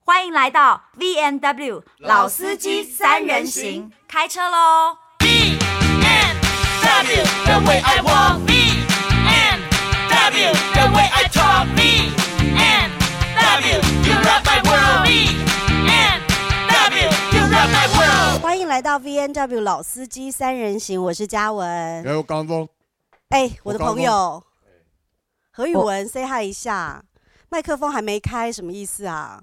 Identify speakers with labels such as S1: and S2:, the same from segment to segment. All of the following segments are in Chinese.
S1: 欢迎来到 V N W 老司机三人行，开车喽！
S2: B and W, the way I walk. B and W, the way I talk. B and W, you rock my world. B and W, you rock my world.
S3: 欢迎来到 V N W 老司机三人行，我是嘉文。
S4: 然后刚刚
S3: 哎、我的
S4: 我刚
S3: 朋友何宇文，say hi 一下。麦克风还没开，什么意思啊？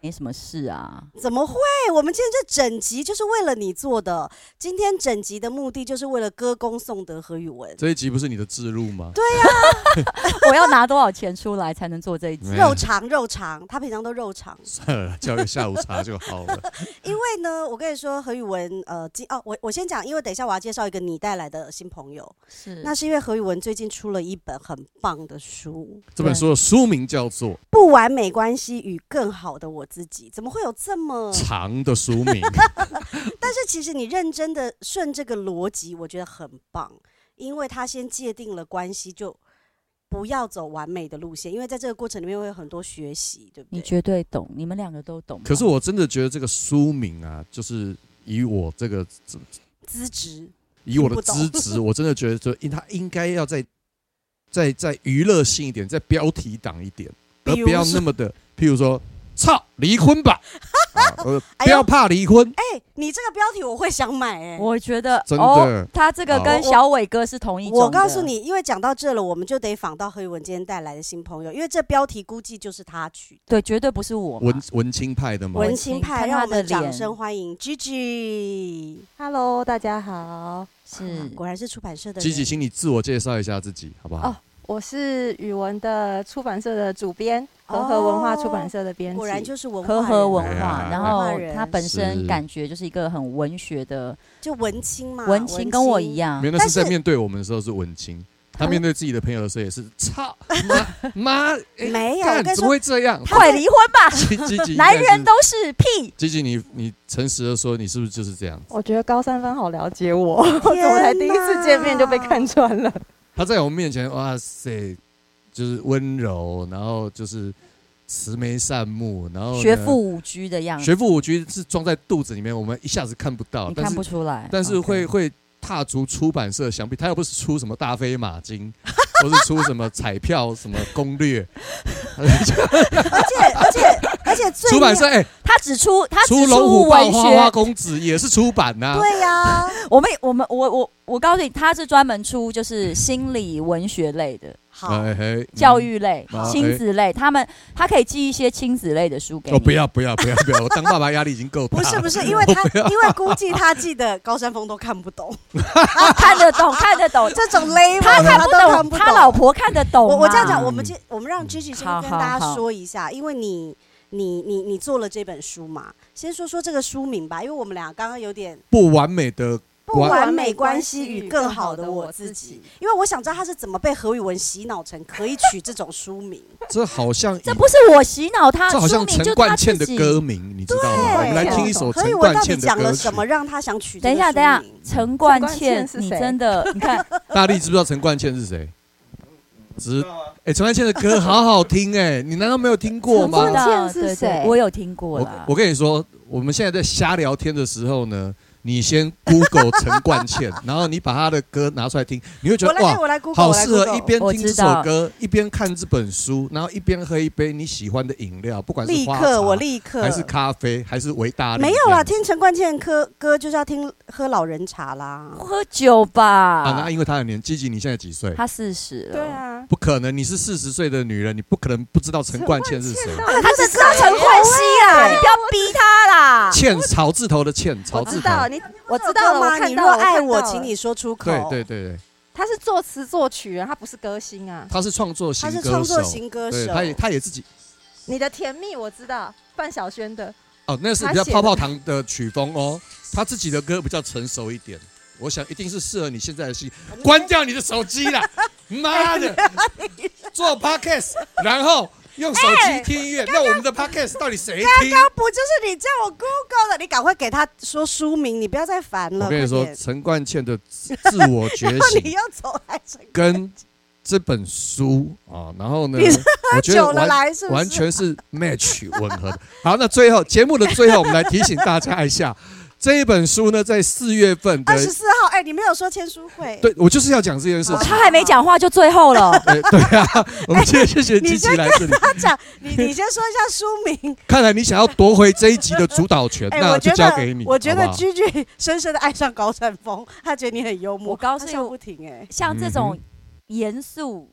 S5: 没什么事啊，
S3: 怎么会？我们今天这整集就是为了你做的。今天整集的目的就是为了歌功颂德何宇 文。
S4: 这一集不是你的自录吗？
S3: 对呀、
S5: 我要拿多少钱出来才能做这一集？
S4: 没有
S3: 肉肠肉肠，他平常都肉肠。
S4: 算了，叫个下午茶就好 了。
S3: 因为呢，我跟你说，何宇文，呃，今哦，我我先讲，因为等一下我要介绍一个你带来的新朋友。
S5: 是
S3: 那是因为何宇文最近出了一本很棒的书。
S4: 这本书的书名叫做《
S3: 不完美关系与更好的我自己，怎么会有这么？
S4: 长的书名》
S3: 但是其实你认真的顺这个逻辑，我觉得很棒，因为他先界定了关系，就不要走完美的路线，因为在这个过程里面会有很多学习，对不
S5: 你
S3: 对？
S5: 绝对懂，你们两个都懂吧。
S4: 可是我真的觉得这个书名啊，就是以我这个
S3: 资质
S4: 以我
S3: 听
S4: 的
S3: 不懂
S4: 资质，我真的觉得就应他应该要再再再娱乐性一点，再标题党一点，而
S3: 比如
S4: 不要那么的，譬如说“操离婚 吧”，啊呃
S3: 哎呦
S4: 不要怕离婚，
S3: 哎、你这个标题我会想买哎、
S5: 我觉得
S4: 真的
S5: 哦，他这个
S4: 好
S5: 跟小伟哥是同一种。
S3: 我告诉，你，因为讲到这了，我们就得访到何宇文今天带来的新朋友，因为这标题估计就是他取的。
S5: 对，绝对不是我嘛。
S4: 文文青派的嘛。
S3: 文
S5: 文
S3: 青
S5: 青
S3: 派，
S5: 看
S3: 让
S5: 他
S3: 我们
S5: 的
S3: 掌
S5: 脸
S3: 声欢迎 Gigi。
S6: Hello，大家好，
S5: 是
S3: 果然是出版社的人。
S4: 吉吉，请你自我介绍一下自己，好不好？
S6: 哦我是语文的出版社的主编，和和文化出版社的编辑。
S3: 哦果然就是文化
S5: 科
S3: 人
S5: 和文
S4: 哎
S5: 化
S4: 呀，
S5: 然
S3: 文化
S5: 后
S3: 人
S5: 他本身
S4: 是
S5: 感觉就是一个很文学的
S3: 就文青嘛，
S5: 文青，跟我一
S3: 样。
S5: 样
S4: 没。有，那
S3: 但
S4: 是在
S3: 是
S4: 面对我们的时候是文青，
S5: 啊
S4: 他
S5: 他
S4: 面对自己的朋友的时候也是操 妈妈，哎
S3: 没有，我
S4: 干
S3: 跟你
S4: 怎
S3: 说，
S4: 么会这样？
S5: 快离婚吧，
S4: 积积极，
S5: 男人都是屁。
S4: 积极，你你诚实的说，你是不是就是这样？
S6: 我觉得高三分好了解我， 我
S3: 天
S6: 才第一次见面就被看穿了。
S4: 他在我们面前，哇塞，就是温柔，然后就是慈眉善目，然后呢
S5: 学富五车的样子，
S4: 学富五车哦是装在肚子里面，我们一下子看不到，
S5: 你
S4: 但
S5: 看
S4: 是
S5: 不出来。
S4: 但是
S5: OK
S4: 会会踏足出版社，想必他又不是出什么大飞马 经，或是出什么彩票什么攻略，
S3: 而且而且而且最
S4: 出版社
S3: 妙
S4: 哎。
S5: 他只出他只
S4: 出《龙
S5: 出
S4: 虎豹
S5: 文
S4: 花花
S5: 学，
S4: 公子》也是出版呐、
S3: 对啊呀，
S5: 我们我们我我我告诉你，他是专门出就是心理文学类的。
S3: 好，
S4: 哎嘿
S5: 教育类
S4: 嗯、好
S5: 亲子类，他们他可以寄一些亲子类的书给
S4: 哦，
S5: 你。
S4: 不要不要不要不要，我当爸爸压力已经够大
S3: 不
S4: 了。
S3: 是不是，因为 他因为估计他记得高山峰都看不懂
S5: 啊看得懂，看得懂，
S3: 这种 level，
S5: 他看
S3: 都看
S5: 懂，他老。婆看得懂嘛。
S3: 我我这样讲，
S4: 嗯
S3: 我们今我们让 Gigi 先
S5: 好
S3: 跟
S5: 好
S3: 大家
S5: 好
S3: 说一下，因为你你你你做了这本书嘛，先说说这个书名吧，因为我们俩刚刚有点
S4: 不完美的
S3: 不
S4: 完
S3: 完美关系与更好的我自己，，因为我想知道他是怎么被何宇文洗脑成可以取这种书名。
S4: 这好像以
S5: 这不是我洗脑他，
S4: 这好像
S5: 书名
S4: 陈
S5: 就
S4: 冠
S5: 他
S4: 茜
S5: 自
S4: 的
S5: 己。
S4: 歌名，你知道吗？我们来听一首
S3: 何宇
S4: 陈
S3: 文
S4: 冠
S3: 到底
S4: 茜的
S3: 讲
S4: 歌
S3: 了
S4: 曲
S3: 什。么让他想取？
S5: 等一下，等一下，，陈冠
S6: 陈冠
S5: 茜
S6: 茜，是
S5: 你
S6: 谁
S5: 真的，你看
S4: 大力知不知道陈冠茜是谁？知哎，陈冠茜的歌好好听哎，你难道没有听 过
S5: 我知
S4: 吗？
S5: 道
S6: 陈冠茜是
S5: 对对
S6: 谁
S5: 我有听过
S4: 我
S5: 啦。
S4: 我跟你说，我们现在在瞎聊天的时候呢，你先 Google 陈冠茜， 然后你把她的歌拿出来听，你会觉
S3: 我
S4: 得哇
S3: 来，，我来 Google，
S4: 好
S3: 我来
S4: 适合一
S3: Google
S4: 边
S5: 我
S4: 听
S5: 知
S4: 这首
S5: 道
S4: 歌，一边看这本书，然后一边喝一杯你喜欢的饮料，不管是
S3: 立
S4: 花
S3: 刻，我
S4: 茶
S3: 立刻
S4: 还是咖啡，还是维达利
S3: 没
S4: 这
S3: 有
S4: 样
S3: 啦，听陈冠茜歌歌就是要听喝老人茶啦。
S5: 喝酒
S4: 啊，那
S5: 吧，
S4: 因为他很年，积极，你现在几岁？
S5: 他四十了。
S6: 对，啊，
S4: 不可能，你是四十岁的女人，你不可能不知道陈冠茜是谁。
S5: 他是知道陈冠希
S3: 哎
S5: 啊，你不要逼他啦。
S4: 倩，草字头的倩，草
S6: 我
S4: 字
S6: 知
S4: 头。
S6: 道你，我知
S3: 知
S6: 道
S3: 道
S6: 了，我
S3: 吗？
S6: 看
S3: 你
S6: 到
S3: 若
S6: 了
S3: 爱我，
S6: 看到了
S3: 请你说出口。
S4: 对对对对，
S6: 他是作词作曲人，他不是歌星 啊。
S4: 他是创作型
S3: 他是
S4: 歌
S3: 创作
S4: 手，
S3: 型歌
S4: 对，
S3: 手，
S4: 他也他也自己
S6: 你的甜蜜我知道，范晓萱的，
S4: 哦，那是比
S6: 他
S4: 较
S6: 写
S4: 泡
S6: 的
S4: 泡糖的曲风哦，他自己的歌比较成熟一点。我想一定是适合你现在 的心，关掉你的手机啦！妈
S3: 哎
S4: 的，做 podcast，然后用手机听
S3: 哎
S4: 音乐，那我们的 podcast 到底谁听？
S3: 刚不就是你叫我 Google 的？你赶快给他说书名，你不要再烦了。
S4: 我跟你说
S3: 快，点
S4: 陈冠茜的自自我 觉
S3: 你
S4: 醒
S3: 要走来陈
S4: 跟这本书啊，然 后呢
S3: 你是，
S4: 我觉得
S3: 久了
S4: 完
S3: 来是不是
S4: 完全是 match 吻合的。好，那最后节目的最后，我们来提醒大家一下，这一本书呢，在四月份的
S3: 二，十四号，哎、你没有说签书会，
S4: 对我就是要讲这件事
S3: 好
S4: 情。
S5: 他还没讲话就最后了，
S4: 哎对啊，我们今天谢谢
S3: 你
S4: 吉吉
S3: 先
S4: 来这里。
S3: 他讲，你你先说一下书名。
S4: 看来你想要夺回这一集的主导权，
S3: 哎、
S4: 呃那
S3: 我
S4: 就
S3: 觉
S4: 交
S3: 得
S4: 给你。
S3: 我觉
S4: 好
S3: 得
S4: 不好
S3: 居居深深的爱上高山峰，他觉得你很幽默，
S5: 我告诉
S3: 他
S5: 你
S3: 笑不停、哎，
S5: 像这
S4: 嗯
S5: 种严肃、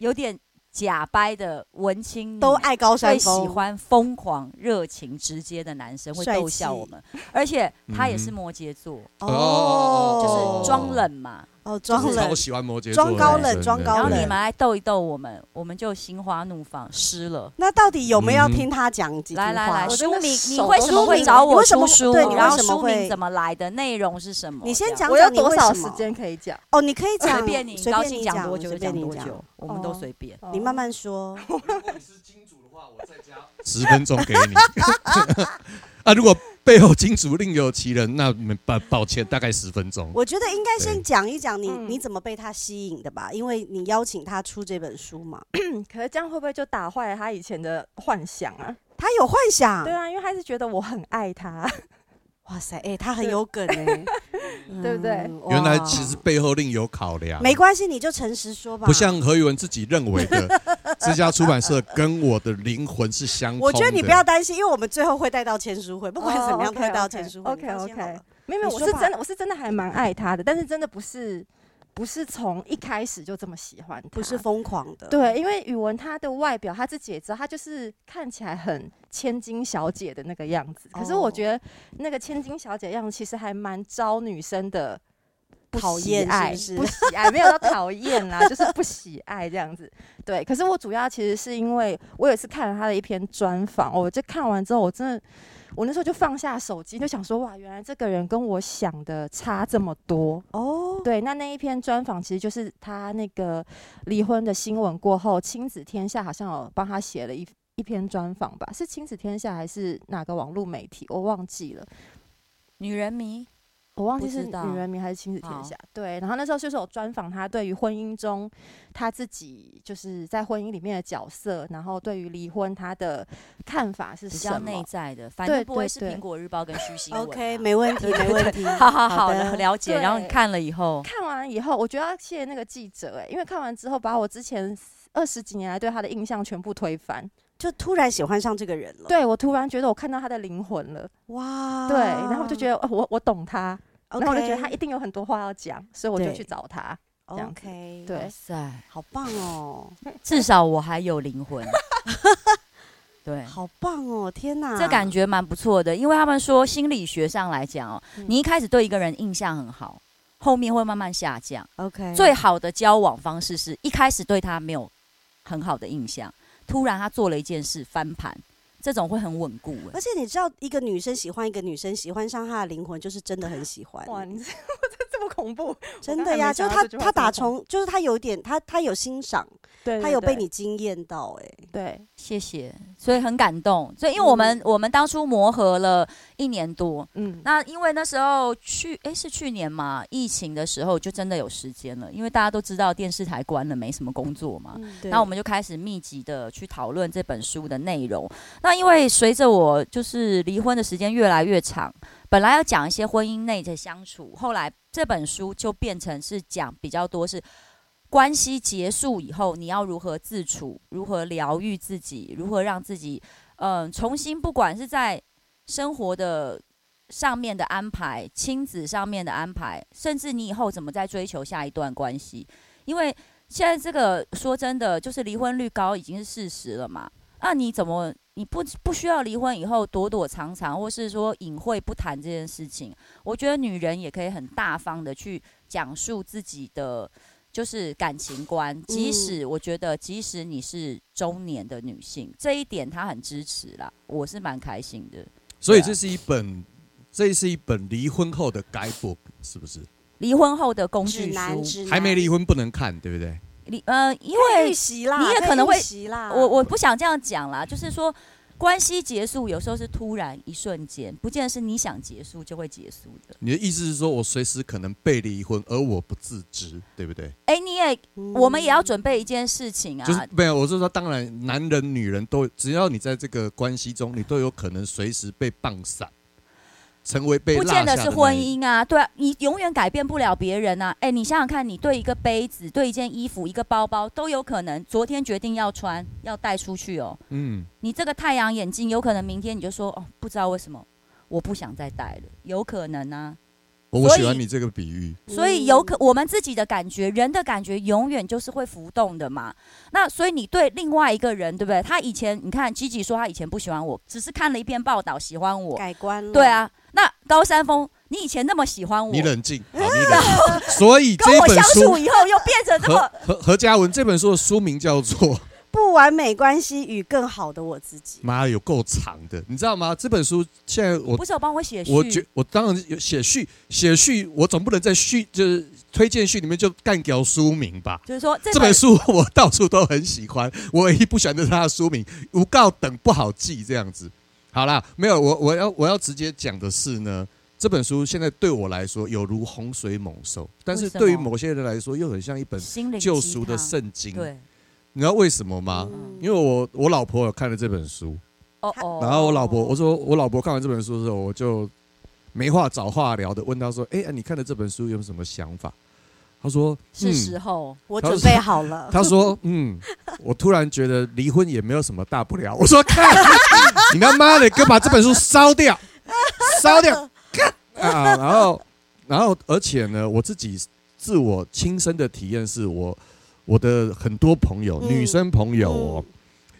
S5: 有点假掰的文青女
S3: 都爱高山
S5: 最嗯喜
S3: 峰，
S5: 欢疯狂、热情、直接的男生会
S3: 帅
S5: 逗笑
S3: 气
S5: 我们，而且他也
S4: 嗯
S5: 是摩羯座，
S4: 哦
S5: 就是装冷嘛，
S3: 哦，装
S5: 就是
S4: 超
S3: 冷，
S4: 喜欢摩羯座的，
S3: 装高冷
S4: 真的
S3: 装高
S5: 然后
S3: 冷
S5: 你们来逗一逗我们，我们就心花怒放，湿了。
S3: 那到底有没有要
S4: 嗯
S3: 听他讲几句话？
S5: 来来来，
S6: 我真
S5: 书
S6: 的
S5: 名你
S6: 手
S5: 为
S6: 都
S5: 什么
S3: 酥
S5: 会
S3: 了
S5: 找
S3: 你
S5: 我
S3: 为什
S5: 出
S3: 么
S5: 书
S3: 对你？为
S5: 然后
S3: 什么
S5: 书
S3: 会
S5: 名怎么来的？内容是什么？
S3: 你先
S5: 这
S3: 讲
S5: 样
S6: 我有
S3: 讲你
S6: 多
S3: 为
S6: 少
S3: 什
S6: 时
S3: 么？
S6: 间可以讲？
S3: 哦，你 可以讲，
S5: 随便你
S3: 随
S5: 高
S3: 便
S5: 兴
S3: 你
S5: 讲多久就
S3: 随便
S5: 讲
S3: 你
S5: 多久哦
S3: 讲，，
S5: 我们都
S6: 哦
S5: 随便。
S3: 你慢慢说。
S4: 十分钟给你。 啊，如果背后金主另有其人，那没抱抱歉，大概十分钟。
S3: 我觉得应该先
S4: 对
S3: 讲一讲你
S6: 嗯
S3: 你怎么被他吸引的吧，因为你邀请他出这本书嘛，
S6: 嗯可是这样会不会就打坏了他以前的幻想啊？
S3: 他有幻想
S6: 对。啊，因为他是觉得我很爱他，
S3: 哇塞，哎，他很有梗哎，
S6: 对不对
S3: 嗯？
S4: 原来
S3: 哇
S4: 其实背后另有考量，
S3: 没关系，你就诚实说吧。
S4: 不像何宇文自己认为 的，这家出版社跟我的灵魂是相通的。
S3: 我觉得你不要担心，因为我们最后会带到签书会， 不管
S6: 哦
S3: 怎么样都会带到
S6: OK，OK，
S3: 签书会。你
S6: OK，
S3: 放心好
S6: OK
S3: 了
S6: 没有，没有，
S3: 你
S6: 我
S3: 说
S6: 是
S3: 吧
S6: 真的，我是真的还蛮爱他的，但是真的不是不是从一开始就这么喜欢他，
S3: 不是疯狂的。
S6: 对，因为宇文她的外表，她自己也知道，她就是看起来很千金小姐的那个样子。可是
S3: 哦
S6: 我觉得那个千金小姐样子其实还蛮招女生的不
S3: 讨
S6: 喜
S3: 厌是
S6: 爱，
S3: 不是
S6: 喜爱，没有到讨厌啦，就是不喜爱这样子。对，可是我主要其实是因为我有一次看了她的一篇专访，我就看完之后，我真的。我那时候就放下手机，就想说哇，原来这个人跟我想的差这么多。
S3: 哦，
S6: 对，那那一篇专访其实就是他那个离婚的新闻过后，亲子天下好像有帮他写了一一篇专访吧？是亲子天下还是哪个网络媒体？我忘记了，
S5: 女人迷，
S6: 我忘
S5: 不
S6: 记是
S5: 知道
S6: 女人迷还是亲子天
S5: 好
S6: 下。对，然后那时候就是有专访他对于婚姻中他自己就是在婚姻里面的角色，然后对于离婚他的看法是
S5: 比
S6: 什
S5: 较
S6: 么
S5: 内在的，反
S6: 对
S5: 正不
S6: 对
S5: 会是
S6: 对
S5: 苹果日报跟虚新闻啊。
S3: OK，没问题，
S5: 对
S3: 没问题。
S5: 好好好
S3: 的
S5: 的，了解。然后你
S6: 对
S5: 看了以后，
S6: 看完以后，我觉得要谢那个记者、欸，因为看完之后把我之前二十几年来对他的印象全部推翻。
S3: 就突然喜欢上这个人了。
S6: 对我突然觉得我看到他的灵魂了，
S3: 哇，
S6: 对，然后我就觉得、哦我我懂他，
S3: 得
S6: 然后我就觉得他一定有很多话要讲，所以我就
S3: 对
S6: 去找他。这样子
S3: OK，
S6: 对
S5: 哇塞，
S3: 好棒哦，
S5: 至少我还有灵魂。对，
S3: 好棒哦，天哪，
S5: 这感觉蛮不错的，因为他们说心理学上来讲哦，
S6: 嗯
S5: 你一开始对一个人印象很好，后面会慢慢下降。
S3: OK，
S5: 最好的交往方式是一开始对他没有很好的印象，突然他做了一件事翻盘，这种会很稳固。
S3: 而且你知道，一个女生喜欢一个女生，喜欢上她的灵魂，就是真的很喜欢。
S6: 哇，你这我 这这么恐怖，
S3: 真的呀，就是
S6: 我
S3: 她
S6: 刚才没想到这句话
S3: 她打
S6: 这么恐
S3: 从，就是她有点，她她有欣赏，
S6: 对，
S3: 她
S6: 对
S3: 有被
S6: 对
S3: 你惊艳到，哎，
S6: 对
S5: 谢谢，所以很感动。所以因为我们、我们当初磨合了一年多，
S6: 嗯
S5: 那因为那时候去诶是去年嘛，疫情的时候就真的有时间了，因为大家都知道电视台关了，没什么工作嘛。
S6: 嗯
S3: 对
S5: 啊那我们就开始密集的去讨论这本书的内容。那因为随着我就是离婚的时间越来越长，本来要讲一些婚姻内的相处，后来这本书就变成是讲比较多是关系结束以后你要如何自处，如何疗愈自己，如何让自己嗯、呃重新，不管是在生活的。上面的安排，亲子上面的安排，甚至你以后怎么再追求下一段关系，因为现在这个说真的，就是离婚率高已经是事实了嘛。那你怎么你不不需要离婚以后躲躲藏藏，或是说隐晦不谈这件事情？我觉得女人也可以很大方的去讲述自己的就是感情观，
S3: 嗯
S5: 即使我觉得即使你是中年的女性，这一点她很支持啦，我是蛮开心的。
S4: 所以
S5: 对啊
S4: 这是一本，这是一本离婚后的 guide book，是不是？
S5: 离婚后的工
S3: 指
S5: 具
S3: 南
S5: 书，
S3: 指南
S4: 还没离婚不能看，对不对？
S5: 离呃，因
S3: 可以
S5: 为
S3: 预习啦，
S5: 你也
S3: 可以
S5: 可能会
S3: 预习啦，
S5: 我我不想这样讲啦，就是说，关系结束有时候是突然一瞬间，不见得是你想结束就会结束的。
S4: 你的意思是说我随时可能被离婚，而我不自知，对不对？
S5: 哎、你也，
S3: 嗯
S5: 我们也要准备一件事情啊，
S4: 就是没有，我是说，当然，男人、女人都，只要你在这个关系中，你都有可能随时被棒散，成为被
S5: 不
S4: 落
S5: 见
S4: 下
S5: 得
S4: 那
S5: 是
S4: 一
S5: 婚。姻啊，对啊，你永远改变不了别人啊。哎，你想想看，你对一个杯子、对一件衣服、一个包包都有可能，昨天决定要穿，要带出去哦。
S4: 嗯，
S5: 你这个太阳眼镜，有可能明天你就说哦，不知道为什么我不想再戴了，有可能啊。
S4: 我
S5: 所
S4: 我
S5: 以
S4: 喜欢你这个比喻。
S5: 所以有
S4: 嗯
S5: 可我们自己的感觉，人的感觉永远就是会浮动的嘛。那所以你对另外一个人，对不对？他以前你看吉吉说他以前不喜欢我，只是看了一篇报道喜欢我，
S3: 改观了。
S5: 对，啊。那高山峰，你以前那么喜欢我，
S4: 你冷静，好，你冷静。所以这
S5: 跟我
S4: 本
S5: 相处
S4: 书，
S5: 以后又变成这么
S4: 何何何嘉文这本书的书名叫做
S3: 不完美关系与更好的我自己。
S4: 妈有够长的，你知道吗？这本书现在我
S5: 不是有帮我写序？
S4: 我觉我当然有写序，写序我总不能在序就是推荐序里面就干掉书名吧？
S5: 就是说这
S4: 这本书我到处都很喜欢，我唯一不喜欢的是它的书名《无告等不好记》这样子。好啦，没有我我要我要直接讲的是呢，这本书现在对我来说有如洪水猛兽，但是
S5: 为什么
S4: 对于某些人来说又很像一本
S5: 心灵
S4: 救
S5: 鸡
S4: 赎的
S5: 汤
S4: 圣经。
S5: 对，
S4: 你知道为什么吗？
S3: 嗯
S4: 因为我我老婆有看了这本书，
S5: 哦哦。
S4: 然后我老婆我说我老婆看完这本书之后，我就没话找话聊的问她说：“哎、啊你看了这本书有没有什么想法？”她说：“
S5: 是
S4: 嗯
S5: 时候，
S3: 我
S4: 他
S3: 准
S4: 是
S3: 备好了。
S4: 他 说：“嗯，我突然觉得离婚也没有什么大不了。”我说：“看， 你他妈的，给我把这本书烧 掉，烧掉，看啊！”然后，然后，而且呢，我自己自我亲身的体验是我我的很多朋友，
S3: 嗯
S4: 女生朋友
S5: 嗯
S4: 哦，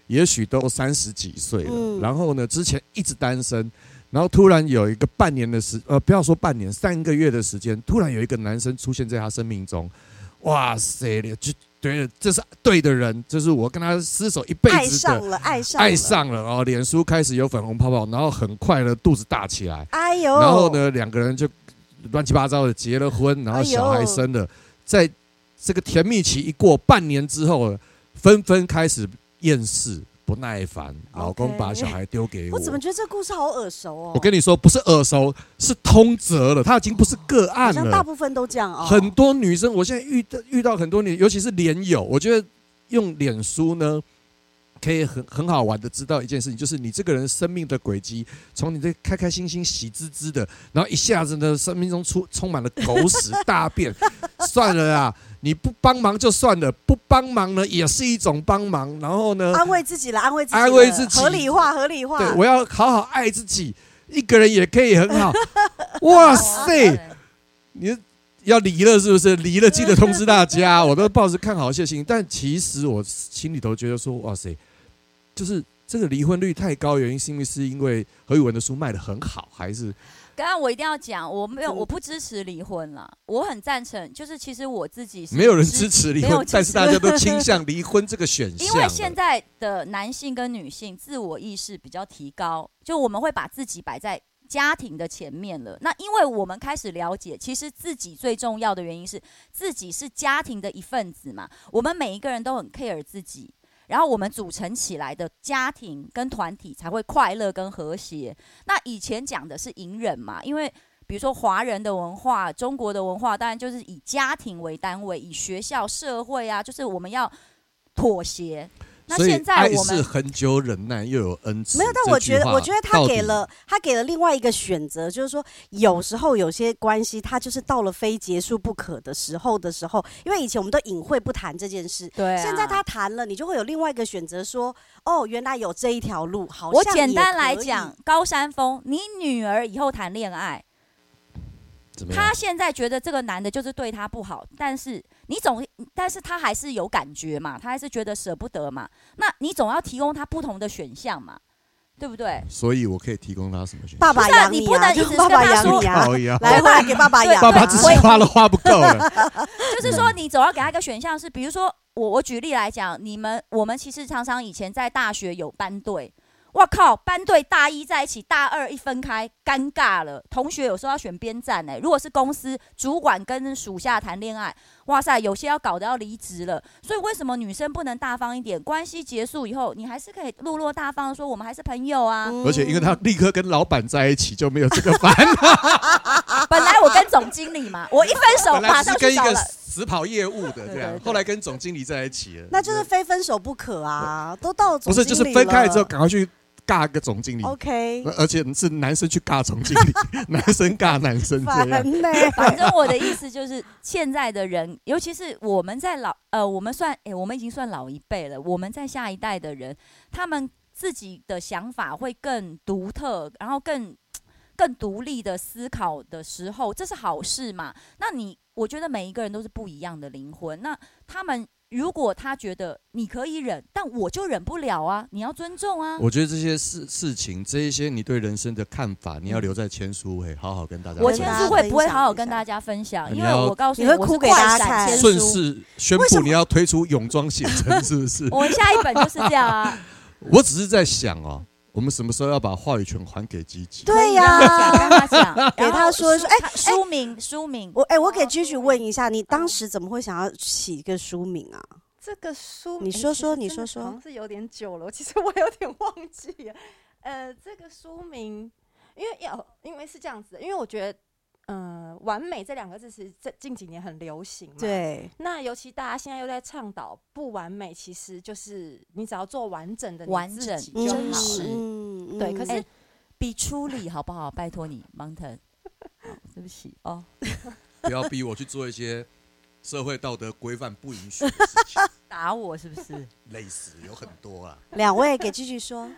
S4: 也许都三十几岁了，
S3: 嗯
S4: 然后呢，之前一直单身。然后突然有一个半年的时，呃，不要说半年，三个月的时间，突然有一个男生出现在他生命中，哇塞，就对，这是对的人，这是我跟他厮守一辈
S3: 爱
S4: 子
S3: 上
S4: 的，
S3: 了，爱上了，
S4: 爱。上了哦，脸书开始有粉红泡泡，然后很快呢肚子大起来，
S3: 哎呦，
S4: 然后？呢两个人就乱七八糟的结了婚，然后小
S3: 哎
S4: 孩
S3: 呦
S4: 生了，在这个甜蜜期一过半年之后呢，纷纷开始厌世不耐烦，老公
S3: OK
S4: 把小孩丢给
S3: 我怎么觉得这故事好耳熟哦？
S4: 我跟你说，不是耳熟，是通则了，他已经不是个
S3: 好
S4: 案
S3: 像
S4: 了。
S3: 大部分都这样哦。
S4: 很多女生，我现在遇到遇到很多女，尤其是脸友，我觉得用脸书呢，可以很很好玩的知道一件事情，就是你这个人生命的轨迹，从你这开开心心、喜滋滋的，然后一下子呢，生命中出充满了狗屎大便，算了啦，你不帮忙就算了，不帮忙呢也是一种帮忙，然后呢，
S3: 安慰自己了，安慰自己了，
S4: 安慰自己
S3: 合理化，合理化。
S4: 对我要好好爱自己，一个人也可以很好，哇塞！
S5: 哦
S4: 你要离了是不是？离了记得通知大家。我都抱着看好一些心情，但其实我心里头觉得说，哇塞，就是这个离婚率太高，原因是因为是因为何宇文的书卖的很好，还是
S5: 刚刚我一定要讲，我没有，
S3: 嗯
S5: 我不支持离婚啦，我很赞成，就是其实我自己是
S4: 没有人支，持离
S5: 没有
S4: 婚
S5: 支，持
S4: 但是大家都倾向离婚这个选项了。啊
S5: 因为现在的男性跟女性自我意识比较提高，就我们会把自己摆在。家庭的前面了，那因为我们开始了解，其实自己最重要的原因是自己是家庭的一份子嘛。我们每一个人都很 care 自己，然后我们组成起来的家庭跟团体才会快乐跟和谐。那以前讲的是隐忍嘛，因为比如说华人的文化、中国的文化，当然就是以家庭为单位，以学校、社会啊，就是我们要妥协。那
S4: 所以
S5: 现在
S4: 爱
S5: 我
S4: 是
S5: 们
S4: 很久忍耐又有恩慈。
S3: 没有，但我觉
S4: 这
S3: 得，
S4: 句话
S3: 我觉得他
S4: 到底
S3: 给了他给了另外一个选择，就是说，有时候有些关系，他就是到了非结束不可的时候的时候，因为以前我们都隐晦不谈这件事，
S5: 对啊、
S3: 现在他谈了，你就会有另外一个选择，说，哦，原来有这一条路，好像
S5: 我简
S3: 也
S5: 单来
S3: 可以
S5: 讲，，高山峰，你女儿以后谈恋爱，
S4: 怎么样
S5: 她现在觉得这个男的就是对她不好，但是你总，但是她还是有感觉嘛，她还是觉得舍不得嘛，那你总要提供她不同的选项嘛，对不对？
S4: 所以我可以提供他什么选项？
S3: 爸爸
S5: 不是啊
S3: 养
S5: 你
S3: 你
S5: 不
S3: 啊，
S5: 能
S3: 就
S5: 一直是
S3: 爸爸
S5: 跟他
S3: 养
S5: 说
S3: 你啊，
S4: 靠腰
S3: 来回来给爸爸
S5: 对
S3: 养啊，
S4: 爸爸只 是花了花不够了。
S5: 就是说，
S4: 嗯
S5: 你总要给他一个选项是，比如说我我举例来讲，你们我们其实常常以前在大学有班队，哇靠，班队大一在一起，大二一分开，尴尬了。同学有时候要选边站呢、欸如果是公司主管跟属下谈恋爱，哇塞，有些要搞得要离职了。所以为什么女生不能大方一点？关系结束以后，你还是可以落落大方地说我们还是朋友啊。
S4: 而且因为他立刻跟老板在一起，就没有这个烦恼。
S5: 本来我跟总经理嘛，我一分手
S4: 本
S5: 马
S4: 来只
S5: 上
S4: 是
S5: 去
S4: 跟一
S5: 找
S4: 个
S5: 了。
S4: 死跑业务的这
S5: 对对
S4: 样，
S5: 对
S4: 后来跟总经理在一起了。
S3: 那就是非分手不可啊，都到了
S4: 不
S3: 总
S4: 是就是
S3: 经理
S4: 分开了之后，
S3: 了
S4: 赶快去尬个总经理， 呃
S3: ，OK，
S4: 而且是男生去尬总经理，男生尬男生这样。
S3: 烦呢、
S5: 反正我的意思就是，现在的人，尤其是我们在老呃，我们算诶、我们已经算老一辈了。我们在下一代的人，他们自己的想法会更独特，然后更更独立的思考的时候，这是好事嘛？那你，我觉得每一个人都是不一样的灵魂。那他们如果他觉得你可以忍，但我就忍不了啊，你要尊重啊。
S4: 我觉得这些事事情，这一些你对人生的看法，你要留在签书会好好跟大家
S5: 我
S4: 分
S5: 签
S4: 享。
S5: 书会不会好好跟大家分享？因为我告诉
S3: 你会
S5: 我
S3: 哭
S5: 是
S3: 给
S5: 快
S3: 大家
S5: 闪
S3: 看
S5: 签
S4: 顺
S5: 书
S4: 势宣
S3: 为什
S4: 布
S3: 么
S4: 你要推出泳装写真，是 不是？
S5: 我们下一本就是这样 啊。
S4: 我只是在想哦，我们什么时候要把话语权还给吉吉？
S3: 对呀、
S5: 跟他讲，
S3: 给他说一说哎
S5: 然后书书名书名，
S3: 我哎、我给 g i 问一下，你当时怎么会想要起一个书名啊？
S6: 这个书，
S3: 你
S6: 诶
S3: 说
S6: 其
S3: 说
S6: 实
S3: 你
S6: 真
S3: 说
S6: 的
S3: 说
S6: 好像是有点久了，其实我有点忘记了。呃，这个书名，因为要因为是这样子的，因为我觉得，呃，完美这两个字是这近几年很流行嘛。。
S3: 对，
S6: 那尤其大家现在又在倡导不完美，其实就是你只要做完整的你
S5: 完
S6: 自
S5: 整
S6: 己
S5: 嗯
S6: 就好
S5: 真
S6: 了。
S5: 实
S3: 嗯
S6: 对可是
S5: 哎比出力好不好？拜托你，Mountain。好 对不起哦，
S4: 不要逼我去做一些社会道德规范不允许的事情，
S5: 打我是不 是？
S4: 类似有很多啊。
S3: 两位给 g i 说，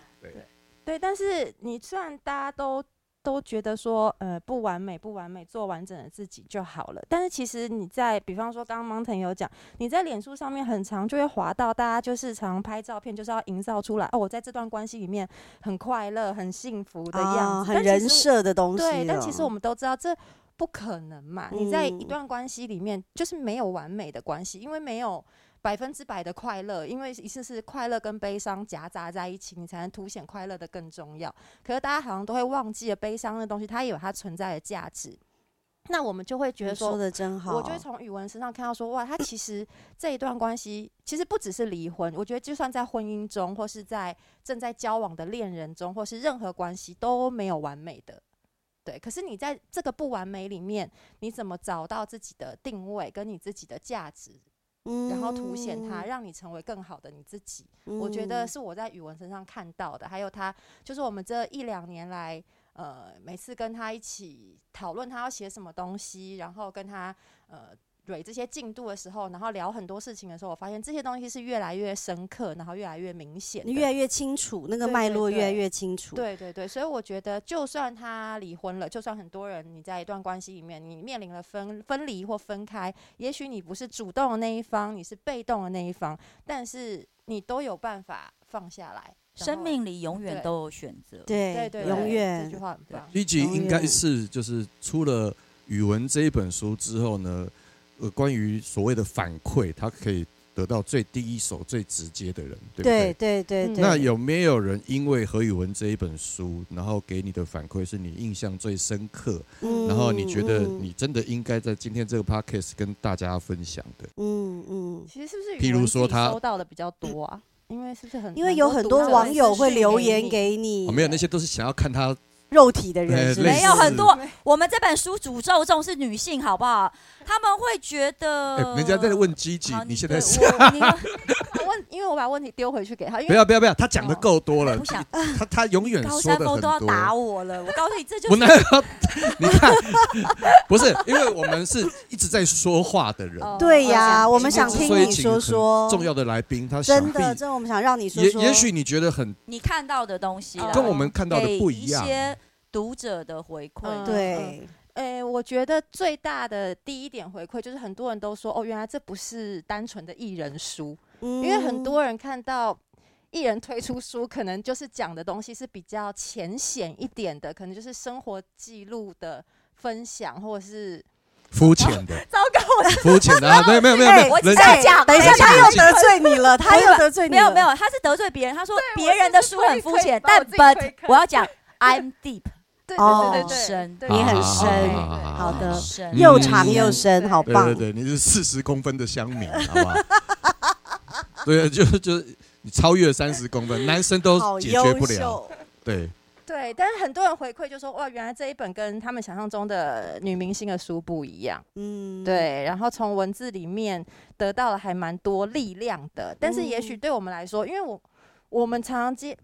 S6: 对，但是你虽然大家都都觉得说，呃，不完美，不完美，做完整的自己就好了。但是其实你在，比方说刚刚 Mountain 有讲，你在脸书上面很常就会滑到，大家就是常拍照片，就是要营造出来，哦，我在这段关系里面很快乐、很幸福的样
S3: 啊，
S6: 子，
S3: 很
S6: 但其
S3: 人
S6: 实
S3: 设的东西哦了。
S6: 对，但其实我们都知道这不可能嘛。你在一
S3: 嗯
S6: 段关系里面，就是没有完美的关系，因为没有百分之百的快乐，因为一次是快乐跟悲伤夹杂在一起，你才能凸显快乐的更重要。可是大家好像都会忘记了悲伤的东西，它也有它存在的价值。那我们就会觉
S3: 你
S6: 得
S3: 说
S6: 说，
S3: 的真好，
S6: 我就会从宇文身上看到说，哇，他其实这一段关系其实不只是离婚，我觉得就算在婚姻中，或是在正在交往的恋人中，或是任何关系都没有完美的。对，可是你在这个不完美里面，你怎么找到自己的定位跟你自己的价值，
S3: 嗯，
S6: 然后凸显它，让你成为更好的你自己？我觉得
S3: 嗯
S6: 是我在宇文身上看到的，还有他就是我们这一两年来，呃，每次跟他一起讨论他要写什么东西，然后跟他呃蕊这些进度的时候，然后聊很多事情的时候，我发现这些东西是越来越深刻，然后越来越明显的，
S3: 你越来越清楚，那个
S6: 对
S3: 脉
S6: 对
S3: 络越来
S6: 对
S3: 越清楚。
S6: 对对对，所以我觉得，就算他离婚了，就算很多人你在一段关系里面，你面临了分分离或分开，也许你不是主动的那一方，你是被动的那一方，但是你都有办法放下来。然
S5: 生
S6: 后
S5: 命里永远
S6: 对
S5: 都有选择。
S3: 对
S6: 对对，
S3: 永
S6: 对
S3: 远
S6: 这句话很棒。
S4: 一集
S3: 永远
S4: 应该是就是出了语文这一本书之后呢，呃，关于所谓的反馈，他可以得到最第一手、最直接的人，对不
S3: 对
S4: 对？
S3: 对对
S6: 嗯
S3: 对。
S4: 那有没有人因为何宇文这一本书，然后给你的反馈是你印象最深刻，
S3: 嗯，
S4: 然后你觉得
S3: 嗯
S4: 你真的应该在今天这个 podcast 跟大家分享的？
S3: 嗯嗯，
S6: 其实是不是？
S4: 譬如说他
S6: 收到的比较多啊，因为是不是很
S3: 因为有很多
S6: 读者
S3: 网友
S6: 私
S3: 会
S6: 讯
S3: 留
S6: 你
S3: 言给你，
S4: 哦，没有，那些都是想要看他
S3: 肉体的人
S4: 哎
S3: 是不
S4: 类
S3: 是，
S5: 没有
S4: 似
S5: 很多，我们这本书诅咒中是女性，好不好？他们会觉得
S4: 哎、，人家在问积极
S5: 呃好，
S4: 你现在
S5: 对
S4: 是
S5: 我你
S6: 我问，因为我把问题丢回去给他，因
S4: 不
S6: 为
S4: 要不要不要，他讲的够多了
S5: 不，想
S4: 他他永远
S5: 高
S4: 说
S5: 山
S4: 的
S5: 峰
S4: 很
S5: 都要打
S4: 多。
S5: 我了。我告诉你，这就
S4: 我
S5: 是
S4: 哪有？你看，不是因为我们是一直在说话的人，
S6: 哦
S3: 对呀，我们
S4: 今
S3: 想
S4: 天之
S3: 听
S4: 所以
S3: 你
S4: 请
S3: 说
S4: 很
S3: 说，
S4: 重要的来宾，他想
S3: 真
S4: 必
S3: 的，真的，我们想让你说
S4: 也
S3: 说，
S4: 也许你觉得很
S5: 你看到的东西啦，
S4: 跟我们看到的不
S5: 啊给
S4: 一样
S5: 一，些读者的回馈
S6: 嗯，
S3: 对，
S6: 诶、呃我觉得最大的第一点回馈就是很多人都说，哦，原来这不是单纯的艺人书，
S3: 因
S6: 因为很
S3: 嗯
S6: 多人看到艺人推出书，可能就是讲的东西是比较浅显一点的，可能就是生活记录的分享，或者是
S4: 肤浅的。
S6: 糟糕，
S4: 肤浅的啊，对，没有没有
S3: 哎
S4: 没有
S5: 我，只
S4: 人
S5: 是
S4: 家
S5: 要讲，
S3: 等一下，
S4: 人家
S3: 他又
S4: 冷静
S3: 得罪你了，他又得罪你
S5: 没有没有，
S3: 了，
S5: 他是得罪别人。他说
S6: 对
S5: 别
S6: 我
S5: 人
S6: 就
S5: 的
S6: 是
S5: 书很
S6: 推
S5: 肤
S6: 推
S5: 浅，
S6: 把
S5: 但
S6: 我自己推
S5: but
S6: 开
S5: 我要 讲 I'm deep
S6: 对
S3: 哦
S6: 对对对
S5: 深
S6: 对，
S3: 你很
S4: 好好
S3: 深
S4: 好好
S3: 好的
S4: 好
S5: 深
S4: 嗯
S3: 又长又深，好
S4: 啊对
S3: 棒
S4: 对！对，你是四十公分的乡民，好不好？ 对，就就你超越三十公分，男生都
S3: 好
S4: 解决
S3: 优
S4: 不了。
S3: 秀，
S4: 对，
S6: 对，但是很多人回馈就说，哇，原来这一本跟他们想象中的女明星的书不一样。
S3: 嗯，
S6: 对，然后从文字里面得到了还蛮多力量的，但是也许
S3: 嗯
S6: 对我们来说，因为我我们常常接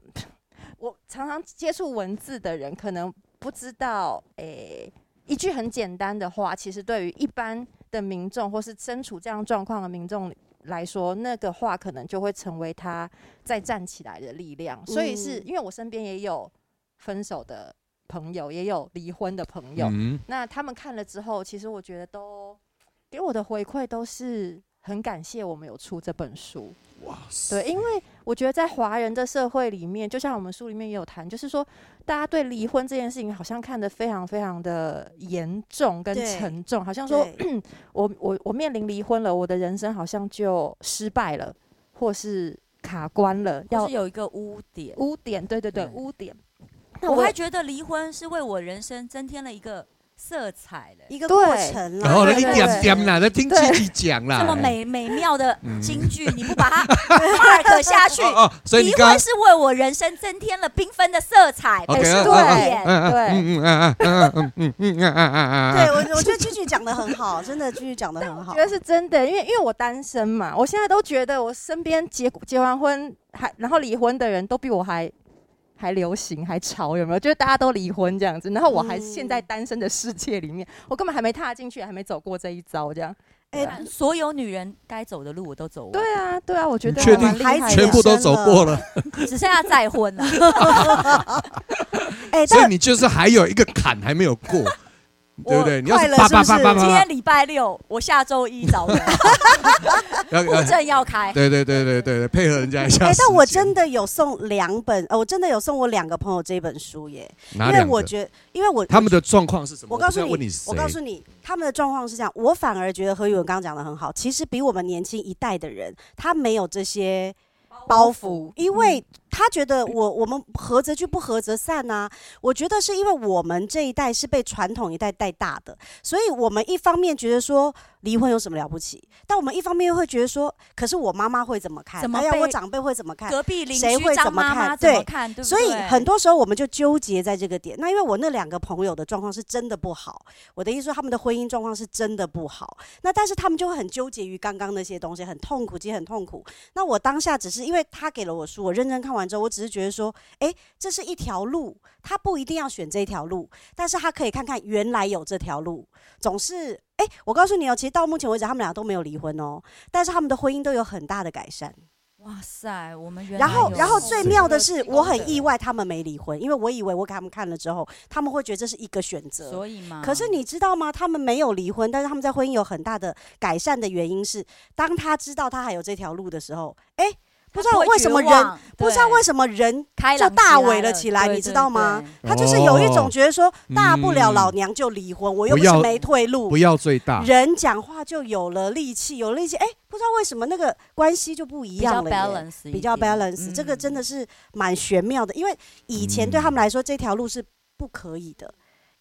S6: 我常常接触文字的人，可能不知道，诶、一句很简单的话，其实对于一般的民众或是身处这样状况的民众来说，那个话可能就会成为他再站起来的力量。所以是
S3: 嗯
S6: 因为我身边也有分手的朋友，也有离婚的朋友，
S4: 嗯，
S6: 那他们看了之后，其实我觉得都给我的回馈都是很感谢我们有出这本书。
S4: 哇塞，
S6: 对，因为我觉得在华人的社会里面，就像我们书里面也有谈，就是说大家对离婚这件事情好像看得非常非常的严重跟
S3: 对
S6: 沉重，好像说
S3: 对，
S6: 我我我面临离婚了，我的人生好像就失败了，或是卡关了，
S5: 要
S6: 要
S5: 是有一个污点。
S6: 污点，对对对，
S5: 嗯
S6: 污点。那
S5: 我还觉得离婚是为我人生增添了一个色彩嘞，
S3: 一个过
S6: 对
S3: 程啦，
S4: 然后呢，
S6: 对
S4: 一
S6: 对
S4: 点点啦，在听
S6: 对
S4: 自己讲啦，
S5: 这么美美妙的
S4: 嗯
S5: 金 句，你不把它 mark 下去，
S4: 哦哦， 所以你
S5: 离
S4: 刚
S5: 婚是为我人生增添了缤纷的色彩，
S4: OK，
S5: 不是
S4: 啊
S5: 污
S4: 啊
S5: 点。
S4: 嗯嗯嗯嗯嗯嗯嗯嗯嗯嗯
S3: 对
S4: 嗯，
S3: 我我觉得句句讲的很好，真的句句讲的很好
S6: 觉，得是真的，因为因为我单身嘛，我现在都觉得我身边结结完婚还然后离婚的人都比我还还流行还潮，有没有？就是大家都离婚这样子，然后我还
S3: 嗯
S6: 陷在单身的世界里面，我根本还没踏进去，还没走过这一遭，这样。
S3: 哎，
S5: 所有女人该走的路我都走完，
S6: 对啊，对啊，我觉
S4: 你
S6: 得
S4: 确
S6: 还蛮
S4: 定
S6: 厉害的
S4: 全部都走过了，
S5: 只剩下再婚 了。
S3: 哎，
S4: 所以
S3: 但
S4: 你就是还有一个坎还没有过，对不对？你要
S3: 快
S4: 是
S3: 乐
S4: 叭
S3: 是不
S4: 叭
S3: 是
S4: 叭叭
S5: 今
S4: 叭
S5: 天，礼拜六，我下周一早 人，
S4: 要
S5: 户
S4: 要
S5: 证要开。
S4: 对对对对对对，配合人家一下
S3: 哎，
S4: 时间。
S3: 但我真的有送两本，呃，我真的有送我两个朋友这本书耶，因
S4: 哪
S3: 为
S4: 两
S3: 我
S4: 个？
S3: 觉得，因为我
S4: 他们的状况是什么？
S3: 我告诉
S4: 不是要问
S3: 你，
S4: 谁
S3: 我告诉你，他们的状况是这样。我反而觉得何宇文刚刚讲的很好，其实比我们年轻一代的人，他没有这些包袱，因
S5: 嗯
S3: 为他觉得我我们合则聚，不合则散呐、我觉得是因为我们这一代是被传统一代带大的，所以我们一方面觉得说离婚有什么了不起，但我们一方面又会觉得说，可是我妈妈会怎么看？
S5: 怎么
S3: 哎呀，我
S5: 被
S3: 长辈会怎么看？
S5: 隔壁邻
S3: 谁
S5: 居
S3: 会
S5: 张
S3: 怎么
S5: 妈妈
S3: 看
S5: 怎么
S3: 对
S5: 看？对不对？
S3: 所以很多时候我们就纠结在这个点。那因为我那两个朋友的状况是真的不好，我的意思说他们的婚姻状况是真的不好。那但是他们就会很纠结于刚刚那些东西，很痛苦，其实很痛苦。那我当下只是因为他给了我书，我认真看完之后，我只是觉得说，诶，这是一条路，他不一定要选这条路，但是他可以看看原来有这条路，总是。诶，我告诉你哦，其实到目前为止，他们俩都没有离婚哦，但是他们的婚姻都有很大的改善。
S5: 哇塞，我们原来
S3: 然后
S5: 有，
S3: 然后最妙的是
S6: 这，个
S3: 我很意外他们没离婚，因为我以为我给他们看了之后，他们会觉得这是一个选择。
S5: 所以啊嘛，
S3: 可是你知道吗？他们没有离婚，但是他们在婚姻有很大的改善的原因是，当他知道他还有这条路的时候，哎，不知道为什么人，不知道为
S5: 什
S3: 什么人，
S5: 开
S3: 就
S5: 朗
S3: 大
S5: 来
S3: 尾了
S5: 了
S3: 起来
S5: 对
S3: 你知
S5: 对
S3: 道吗
S5: 对
S3: 他就是有一种
S4: 哦
S3: 觉得说，大不了
S4: 嗯
S3: 老娘就离婚，我又
S4: 不
S3: 不是
S4: 要
S3: 没退路
S4: 不。要最大，
S3: 人讲话就有了力气，有了力气，哎，不知道为什么那个关系就不一
S5: 比较
S3: 样了耶。
S5: balance，嗯
S3: 比较 balance，、这个真的是蛮玄妙的，因为以前对他们来说、这条路是不可以的，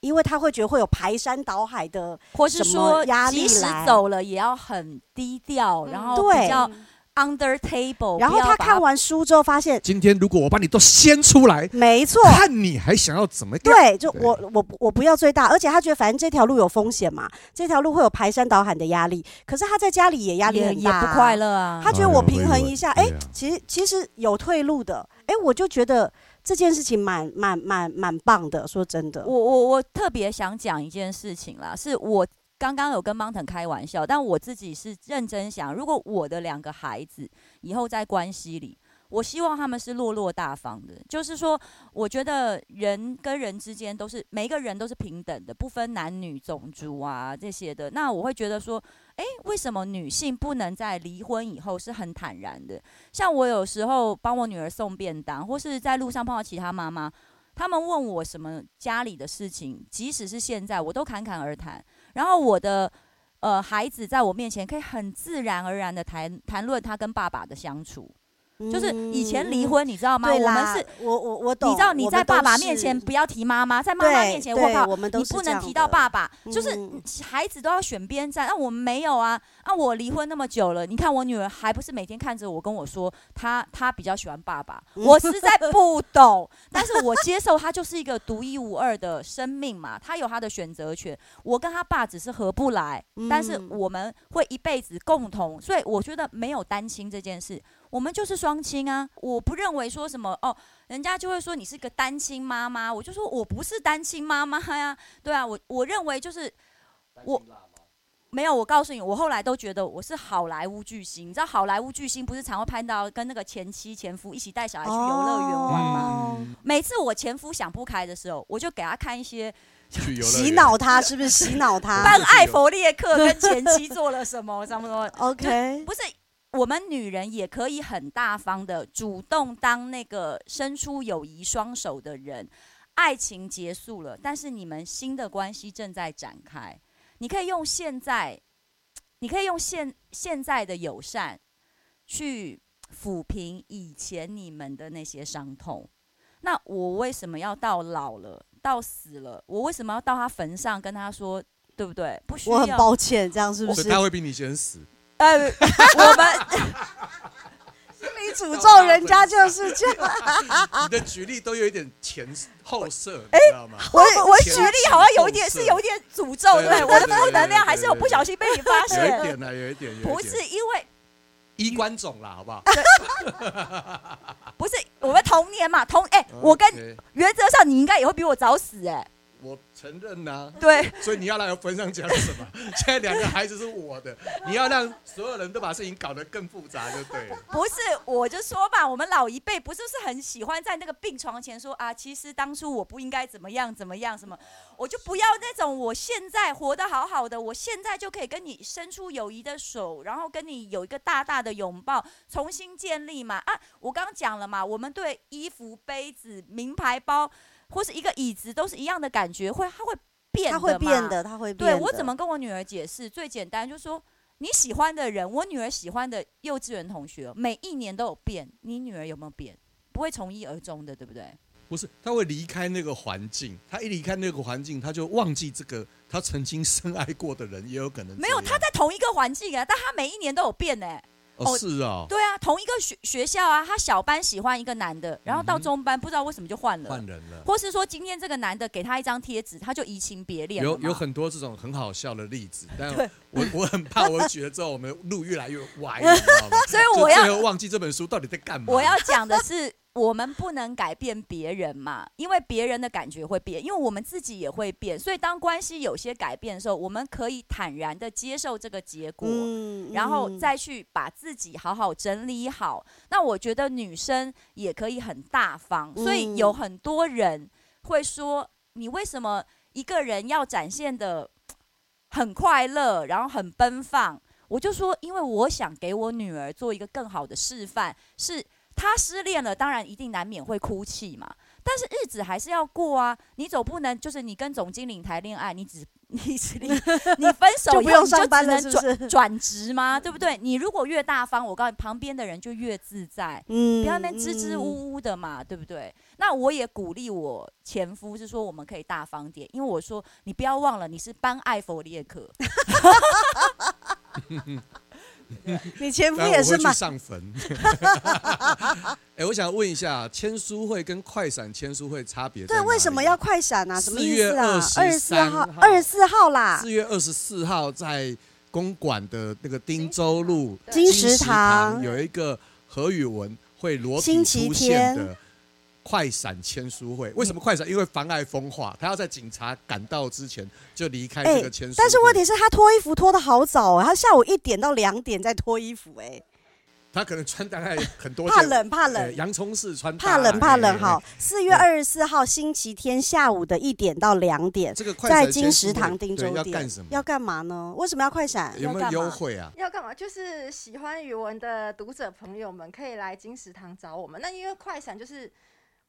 S3: 因为他会觉得会有排山倒海的，
S5: 或是
S3: 什么
S5: 说
S3: 压力
S5: 即使
S3: 来嗯
S5: 走了也要很低调，然后比
S3: 对
S5: 较 under table，
S3: 然后
S5: 哦不要
S3: 他
S5: 把
S3: 看完书之后发现，
S4: 今天如果我把你都掀出来，
S3: 没 错。
S4: 看你还想要怎么样？
S3: 对，就
S4: 对
S3: 我我不我不要最大，而且他觉得反正这条路有风险嘛，这条路会有排山倒海的压力。可是他在家里也压力
S5: 也
S3: 很
S5: 也
S3: 大、
S5: 不快。乐啊，
S3: 他觉得我平衡一下，
S4: 哎
S3: 哎、
S4: 呦对啊
S3: 其实其实有退路的，哎、我就觉得这件事情蛮蛮蛮蛮棒的。说真的，
S5: 我我我特别想讲一件事情啦，是我刚刚有跟 Mountain 开玩笑，但我自己是认真想，如果我的两个孩子以后在关系里，我希望他们是落落大方的，就是说，我觉得人跟人之间都是每一个人都是平等的，不分男女、种族啊这些的。那我会觉得说，诶，为什么女性不能在离婚以后是很坦然的？像我有时候帮我女儿送便当，或是在路上碰到其他妈妈，他们问我什么家里的事情，即使是现在，我都侃侃而谈。然后我的呃孩子在我面前可以很自然而然的谈谈论他跟爸爸的相处。就是以前离
S3: 嗯
S5: 婚，你知道吗？
S3: 对
S5: 我
S3: 啦，
S5: 们是。
S3: 我我我懂，
S5: 你知道你
S3: 我
S5: 在
S3: 们都
S5: 爸爸
S3: 是
S5: 面前不要提妈妈，在妈妈
S3: 对
S5: 面前
S3: 对
S5: 我靠，
S3: 我们都
S5: 你
S3: 是
S5: 不
S3: 这
S5: 能
S3: 样
S5: 提到
S3: 的
S5: 爸爸，就是
S3: 嗯
S5: 孩子都要选边站。那、我们没有啊，啊我离婚那么久了，你看我女儿还不是每天看着我跟我说，她她比较喜欢爸爸，我实在不懂，但是我接受她就是一个独一无二的生命嘛，她有她的选择权，我跟她爸只是合不来，但是
S3: 嗯
S5: 我们会一辈子共同，所以我觉得没有单亲这件事，我们就是双亲啊！我不认为说什么哦，人家就会说你是个单亲妈妈，我就说我不是单亲妈妈呀，对啊，我我认为就是我没有，我告诉你，我后来都觉得我是好莱坞巨星，你知道好莱坞巨星不是常会拍到跟那个前妻前夫一起带小孩去游乐园玩吗？
S3: 哦
S4: 嗯
S5: 每次我前夫想不开的时候，我就给他看一些
S4: 去游乐园
S3: 洗脑他，是不是洗脑他
S5: 班艾弗列克跟前妻做了什么，什么什么。
S3: ？OK，
S5: 不是，我们女人也可以很大方的主动当那个伸出友谊双手的人。爱情结束了，但是你们新的关系正在展开。你可以用现在，你可以用现现在的友善去抚平以前你们的那些伤痛。那我为什么要到老了，到死了，我为什么要到他坟上跟他说，对不对？不需要。
S3: 我很抱歉，这样是不
S4: 所
S3: 是
S4: 以？他会比你先死。
S5: 呃，我们
S3: 你诅咒人家就是这样。
S5: 啊
S4: 你的举例都有一点前后色，你知道吗？
S5: 哎我我
S4: 前
S5: 举例好像有一点
S4: 后设
S5: 是有一点诅咒，对不
S4: 对
S5: 对？我的
S4: 对对
S5: 负能量还是有
S4: 对对
S5: 不小心被你发
S4: 有一
S5: 现，
S4: 点啊呢，有一点，有一点
S5: 不是因为
S4: 衣冠冢啦，好不好？
S5: 不是我们童年嘛，童哎，
S4: 嗯
S5: 我跟
S4: 啊 OK，
S5: 原则上你应该也会比我早死哎，
S4: 我承认呐，
S5: 对，
S4: 所以你要让人分上讲什么？ 现在两个孩子是我的，你要让所有人都把事情搞得更复杂就对了。
S5: 不是我就说嘛，我们老一辈不是是很喜欢在那个病床前说啊，其实当初我不应该怎么样怎么样什么，我就不要那种我现在活得好好的，我现在就可以跟你伸出友谊的手，然后跟你有一个大大的拥抱，重新建立嘛啊！我刚刚讲了嘛，我们对衣服、杯子、名牌包或是一个椅子都是一样的感觉，会它会变的
S3: 他
S5: 嘛，
S3: 会变的，他会变
S5: 对
S3: 的。
S5: 我怎么跟我女儿解释？最简单就是说，你喜欢的人，我女儿喜欢的幼稚园同学，哦每一年都有变，你女儿有没有变？不会从一而终的，对不对？
S4: 不是，他会离开那个环境，他一离开那个环境，他就忘记这个他曾经深爱过的人，也有可能
S5: 没有，
S4: 这样
S5: 她在同一个环境啊，但她每一年都有变呢、
S4: 哦，是哦，
S5: 对啊，同一个学学校啊，她小班喜欢一个男的，然后到
S4: 嗯哼
S5: 中班不知道为什么就换了，
S4: 换人了。
S5: 或是说今天这个男的给她一张贴纸，她就移情别恋了
S4: 有
S5: 嘛
S4: 有很多这种很好笑的例子，但我我很怕，我举了之后我们路越来越歪，你知道吗？
S5: 所以
S4: 就
S5: 我要
S4: 最后忘记这本书到底在干嘛。
S5: 我要讲的是，我们不能改变别人嘛，因为别人的感觉会变，因为我们自己也会变，所以当关系有些改变的时候，我们可以坦然的接受这个结果。
S3: 嗯？嗯
S5: 然后再去把自己好好整理好。那我觉得女生也可以很大方，所以有
S3: 嗯
S5: 很多人会说，你为什么一个人要展现的很快乐，然后很奔放？我就说，因为我想给我女儿做一个更好的示范，是她失恋了，当然一定难免会哭泣嘛。但是日子还是要过啊，你总不能就是你跟总经理谈恋爱，你只你 只你你分手
S3: 就
S5: 以
S3: 不
S5: 后
S3: 用
S5: 你就
S3: 上班
S5: 只
S3: 了，是
S5: 能转
S3: 不是？嗯
S5: 转职吗？对不对？你如果越大方，我告诉你，旁边的人就越自在，
S3: 嗯
S5: 不要那边支支吾吾的嘛，对不对？那我也鼓励我前夫是说，我们可以大方点，因为我说你不要忘了，你是班艾佛列克，
S3: 嗯你前夫
S4: 但
S3: 也
S4: 我
S3: 是
S4: 会
S3: 蛮
S4: 去上坟。 哎，我想问一下，签书会跟快闪签书会差别在
S3: 对，
S4: 哪里
S3: 为什么要快闪啊？什么意思啊？
S4: 4
S3: 二
S4: 月
S3: 十四
S4: 23
S3: 号，二十四号
S6: 啊
S3: 啦，
S4: 四月二十四号在公馆的那个汀州路
S3: 金
S4: 石
S3: 石堂
S4: 有一个何宇文会裸体
S3: 星期
S4: 出现
S3: 天
S4: 的快闪签书会？为什么快闪？因为妨碍风化，他要在警察赶到之前就离开这个签书会。
S3: 哎但是问题是他脱衣服脱的好早、啊，他下午一点到两点在脱衣服、
S4: 他可能穿大概很多
S3: 哎，
S4: 件，
S3: 怕冷怕
S4: 呃
S3: 冷。
S4: 洋葱式穿搭
S3: 怕冷怕冷。
S4: 哎哎
S3: 哈
S4: 哎！
S3: 四月二十四号星期天下午的一点到两点，
S4: 这个快闪
S3: 在金石堂
S4: 签
S3: 定
S4: 书会
S3: 州
S4: 对要
S3: 店
S4: 干什么？
S3: 要干嘛呢？为什么要快闪？
S4: 有没有
S5: 要干嘛
S4: 优惠啊？
S6: 要干嘛？就是喜欢语文的读者朋友们可以来金石堂找我们。那因为快闪就是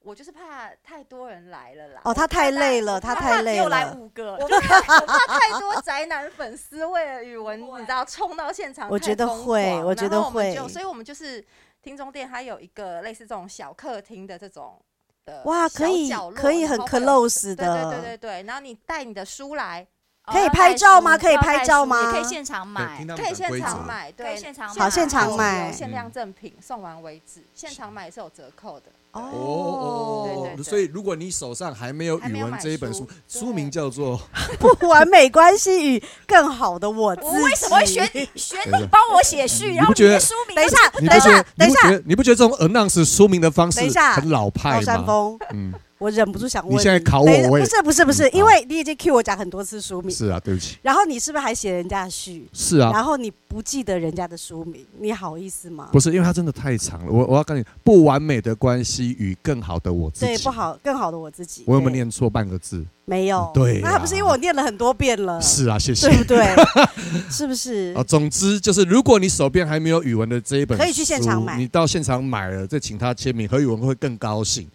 S6: 我就是怕太多人来了啦。
S3: 哦，他太累了，
S6: 我
S3: 他
S6: 怕
S3: 太累
S6: 只有来
S3: 了。
S6: 五个，我怕我怕太多宅男粉丝为了语文，你知道冲到现场太疯狂。
S3: 我觉得会我觉得
S6: 然后们就
S3: 会
S6: 所以我们就是听中店，它有一个类似这种小客厅的这种的
S3: 哇，可以
S6: 小角落
S3: 可以
S6: 然
S3: 很
S6: 后会有
S3: close
S6: 对对对
S3: 的，
S6: 对对，然后你带你的书来，
S5: 哦
S3: 可以
S5: 要
S3: 拍
S5: 带
S3: 照
S5: 书
S3: 吗可以
S5: 要
S3: 拍
S5: 带
S3: 照
S5: 书也可以
S3: 吗
S5: 现场
S4: 对，
S5: 买
S4: 听。他
S6: 可
S4: 们
S6: 以
S4: 的
S6: 现
S4: 规则
S6: 场。买，
S5: 可以
S6: 对，
S5: 现场
S3: 好现场
S6: 有
S3: 买
S6: 有限量
S4: 嗯
S6: 赠品，送完为止，现场买是有折扣的。
S4: 哦
S6: 对
S4: 哦
S6: 对
S4: 哦，
S6: 对
S4: 所以如果你手上还没有
S6: 还
S4: 语
S6: 没有
S4: 文
S6: 买
S4: 这一本书
S6: 书，
S4: 书名叫做
S3: 不 完美关系与更好的我自己。
S1: 我为什么会选
S5: 哎
S1: 你？选你帮我写序，
S4: 你
S1: 然后
S4: 不
S1: 你
S4: 觉得
S1: 的书名
S3: 等一
S1: 就
S3: 下
S1: 是，
S4: 你
S3: 等一
S4: 不觉
S3: 下
S4: 得，
S3: 等一
S4: 你不觉
S3: 下，
S4: 得你不觉得这种 announce 书名的方式
S3: 等一下
S4: 很老
S3: 高
S4: 派
S3: 山
S4: 吗？
S3: 峰，
S4: 嗯，
S3: 我忍不住想问
S4: 你现在考我
S3: 等一下
S4: 我也
S3: 不是不是不是，
S4: 嗯
S3: 因
S4: 好
S3: 为你已经 cue 我讲很多次书名，
S4: 是啊，对不起，
S3: 然后你是不是还写人家的序？
S4: 是啊，
S3: 然后你不记得人家的书名，你好意思吗？
S4: 不是因为它真的太长了，我我要告诉你，不完美的关系与更好的我自己，
S3: 对，不，好，更好的我自己。
S4: 我有没有
S3: 对？
S4: 念错半个字？
S3: 没有。
S4: 对啊
S3: 那还不是因为我念了很多遍了，
S4: 是啊，谢谢
S3: 呃对。不对？ 是不是
S4: 啊，？总之就是，如果你手边还没有语文的这一本书，
S3: 可以去现场买
S4: 你到现场买了，再请他签名，何语文会更高兴。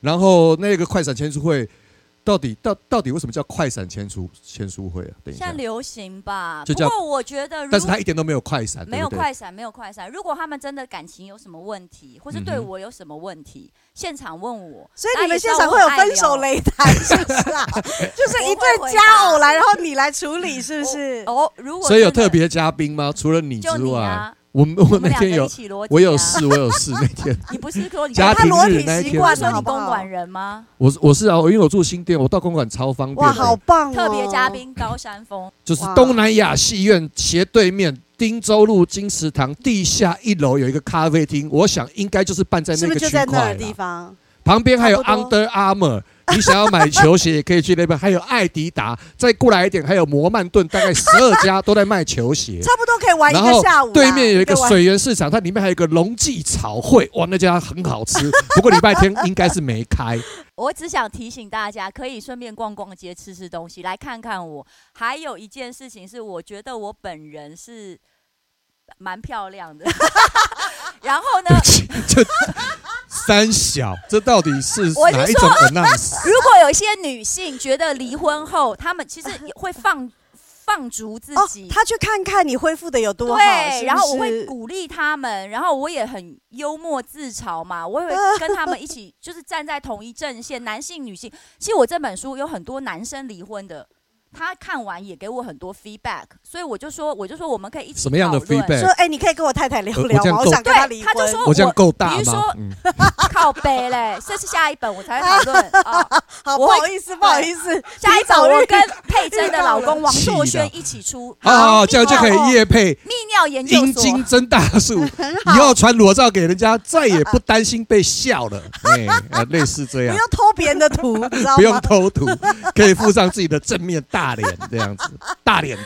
S4: 然后那个快闪签书会，到底到到底为什么叫快闪签书签书会啊？等一
S5: 现在
S4: 下，
S5: 流行吧，
S4: 就
S5: 不
S4: 这样
S5: 过我觉得如，
S4: 但是他一点都没有快闪，
S5: 没有
S4: 对不对
S5: 快闪，没有快闪。如果他们真的感情有什么问题，或是
S4: 嗯
S5: 对
S4: 哼
S5: 我有什么问题，现场问我，
S3: 所以
S5: 大
S3: 你
S5: 家
S3: 们
S5: 也知
S3: 现
S5: 道
S3: 场
S5: 我
S3: 会有
S5: 爱
S3: 分
S5: 聊
S3: 手擂台，是不是 啊？就是一对佳偶来，然后你来处理，是不是？
S5: 哦，如果
S4: 所以有
S5: 真的
S4: 特别嘉宾吗？除了你之
S5: 就你
S4: 外，
S5: 啊，
S4: 我们我
S5: 我们
S4: 那
S5: 两
S4: 天
S5: 个一
S4: 有
S5: 起逻辑，啊
S4: 我有，事，我有事。那天
S5: 你不是说你
S4: 家
S3: 他
S4: 庭
S3: 裸
S4: 日
S3: 体
S4: 那一
S3: 习
S4: 天，
S5: 不
S3: 惯
S5: 是说
S3: 了好
S5: 你
S3: 不好
S5: 公馆人吗？
S4: 我是我是啊，因为我住新店，我到公馆超方便
S3: 哇，
S4: 的。
S3: 好棒哦！
S5: 特别嘉宾高山峰，
S4: 就是
S3: 哇
S4: 东南亚戏院斜对面汀州路金石堂地下一楼有一个咖啡厅，我想应该就是办在
S3: 是不
S4: 那个
S3: 是就
S4: 区
S3: 在那
S4: 块
S3: 儿的地
S4: 啦。
S3: 方？
S4: 旁边还有
S3: 差不
S4: Under Armour，你 想要买球鞋也可以去那边，还有艾迪达，再过来一点还有摩曼顿，大概十二家都在卖球鞋。
S3: 差不多可以玩一
S4: 然
S3: 个
S4: 后
S3: 下午啦。
S4: 对面有一个
S3: 可以玩
S4: 水源市场，它里面还有一个龙记炒烩，哇，那家很好 吃。不过礼拜天应该是没开。
S5: 我只想提醒大家，可以顺便逛逛街、吃吃东西，来看看我。还有一件事情是，我觉得我本人是蛮漂亮的。 然后呢
S4: 对不，起，这三小，这到底是
S5: 我是
S4: 哪 一种 announce？
S5: 如果有一些女性觉得离婚后，她们其实也会放放逐自
S3: 哦
S5: 己，，
S3: 他去看看你恢复的有多好。
S5: 对，
S3: 是
S5: 然
S3: 不
S5: 后我
S3: 是
S5: 会鼓励他们，然后我也很幽默自嘲嘛，我也会跟他们一 起，就是站在同一阵线，男性、女性。其实我这本书有很多男生离婚的，他看完也给我很多 feedback，所以我就说，我就说我们可以一起
S4: 什么样的
S5: 讨论
S4: feedback？
S3: 说，哎，你可以跟我太太聊
S4: 呃我
S3: 聊
S4: 这样
S3: 吗？
S4: 够
S3: 我想跟
S5: 对
S3: 她离
S5: 他就
S3: 婚。
S5: 说
S4: 哦我这样够大
S5: 比如
S4: 吗
S5: 说？
S4: 嗯，
S5: 啊靠背嘞，这是下一本我才会讨 论啊。
S3: 好，
S5: 我
S3: 不
S5: 会
S3: 好意思，不好意思，
S5: 下一
S3: 提早
S5: 本我
S3: 日
S5: 跟佩珍的老公王
S4: 气
S5: 硕
S4: 的
S5: 轩一起出，
S4: 好好啊好，这样就可以夜配
S5: 泌尿研究
S4: 阴
S5: 所。
S4: 茎增大 术，以后传裸照给人家，再也不担心被笑 了。哎，呃类似这
S3: 不
S4: 样，
S3: 用偷别人的图，你知道
S4: 不用
S3: 吗？
S4: 偷图， 可以附上自己的正面大脸，这样 子，大脸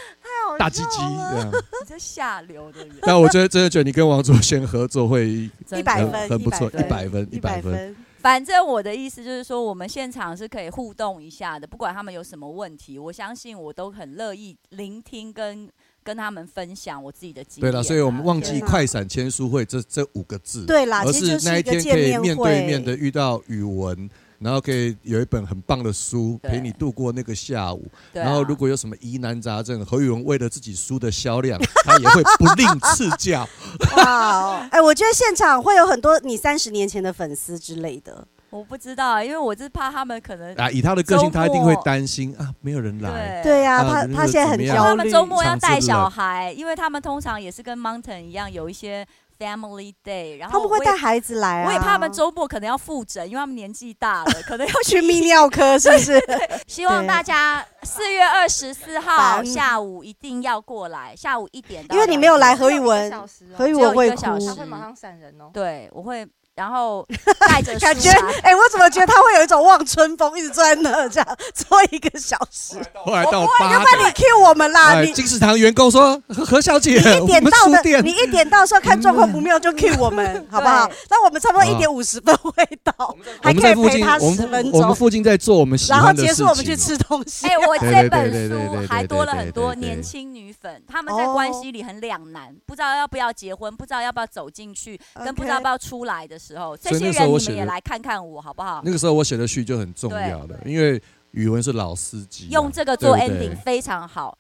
S4: 大鸡鸡这样。
S5: 你这下流的人，
S4: 但我觉得真的觉得你跟王卓轩合作会
S5: 真
S3: 100
S5: 的
S4: 很
S3: 分
S4: 很不错，一
S3: 100
S4: 百分，一
S3: 一
S4: 百
S3: 百
S4: 分。
S3: 分，
S5: 反正我的意思就是说，我们现场是可以互动一下的，不管他们有什么问题，我相信我都很乐意聆听跟跟他们分享我自己的
S3: 啊
S5: 经验、啊
S4: 对了，所以我们忘记
S3: 天
S5: 对
S3: 哪
S4: 快闪签书会这这五个字。
S3: 对啦，
S4: 而
S3: 其实
S4: 是
S3: 就
S4: 那
S3: 一
S4: 一
S3: 个
S4: 天
S3: 见
S4: 可以
S3: 面
S4: 面对面的
S3: 会。
S4: 遇到语文，然后可以有一本很棒的书
S5: 对
S4: 陪你度过那个下午。
S5: 对啊
S4: 然后如果有什么疑难杂症，何语文为了自己书的销量， 他也会不吝赐 教。
S3: 哇哦，哎，我觉得现场会有很多你三十年前的粉丝之类的。
S5: 我不知道啊，因为我是怕他们可能
S4: 啊，以他的个
S5: 周末
S4: 性，他一定会担心啊，没有人来。
S5: 对。
S3: 对呀，他
S4: 啊就是
S3: 他现在很
S4: 怎么样
S5: 他
S3: 焦虑
S5: 们。周末要
S4: 场子
S5: 带
S4: 冷
S5: 小孩，因为他们通常也是跟 Mountain 一样有一些 family day，然
S3: 他
S5: 后
S3: 们会
S5: 我也
S3: 带孩子来啊。
S5: 我也怕他们周末可能要复诊，因为他们年纪大了，可能要
S3: 去泌尿科是不是？
S5: 希望大家四月二十四号
S3: 烦
S5: 下午一定要过来，下午一点到
S3: 因为你没有来何宇文
S6: 只有一个小时哦
S3: 何宇
S5: 只有
S3: 文
S5: 一
S3: 会
S5: 个
S3: 哭，
S5: 小时
S6: 他会马上闪人哦。
S5: 对，我会，然后带着书
S3: 感觉
S5: 来。
S3: 哎、我怎么觉得他会有一种望春风，一直坐在那儿这样坐一个小时？
S4: 后来到八
S3: 要不然你
S4: 点，
S3: Q 我们啦，
S4: 哎，
S3: 你
S4: 金石堂员工说：“何何小姐，
S3: 一
S4: 我
S3: 点
S4: 们嗯
S3: 到
S4: 书
S3: 的，你
S4: 店
S3: 一点到的时候看状况不妙就 Q 我们，好不好？那我们差不多一点五十分会到，还
S4: 啊我们
S3: 可
S4: 在
S3: 以
S4: 附
S3: 陪
S4: 近，
S3: 他
S4: 我
S3: 十分
S4: 们我们
S3: 钟，
S4: 附近在做我们喜
S3: 然后
S4: 欢的
S3: 结
S4: 事情。
S3: 束我们去吃东西。
S5: 哎、我这
S4: 对对对
S5: 本
S4: 对对
S5: 书
S4: 对
S5: 还
S4: 对
S5: 多
S4: 对
S5: 了很
S4: 对
S5: 多
S4: 对
S5: 年轻女粉，她们在关系里很两难，不知道要不要结婚，不知道要不要走进去，跟不知道要不要出来的时候，
S4: 所
S5: 这
S4: 以
S5: 些
S4: 那时候
S5: 人
S4: 我
S5: 你
S4: 写
S5: 们也
S4: 的
S5: 来看看我好不好？
S4: 那个时候我写的序就很重要的，因为语文是老司机啊，
S5: 用这个做
S4: 对不对
S5: ending 非常好。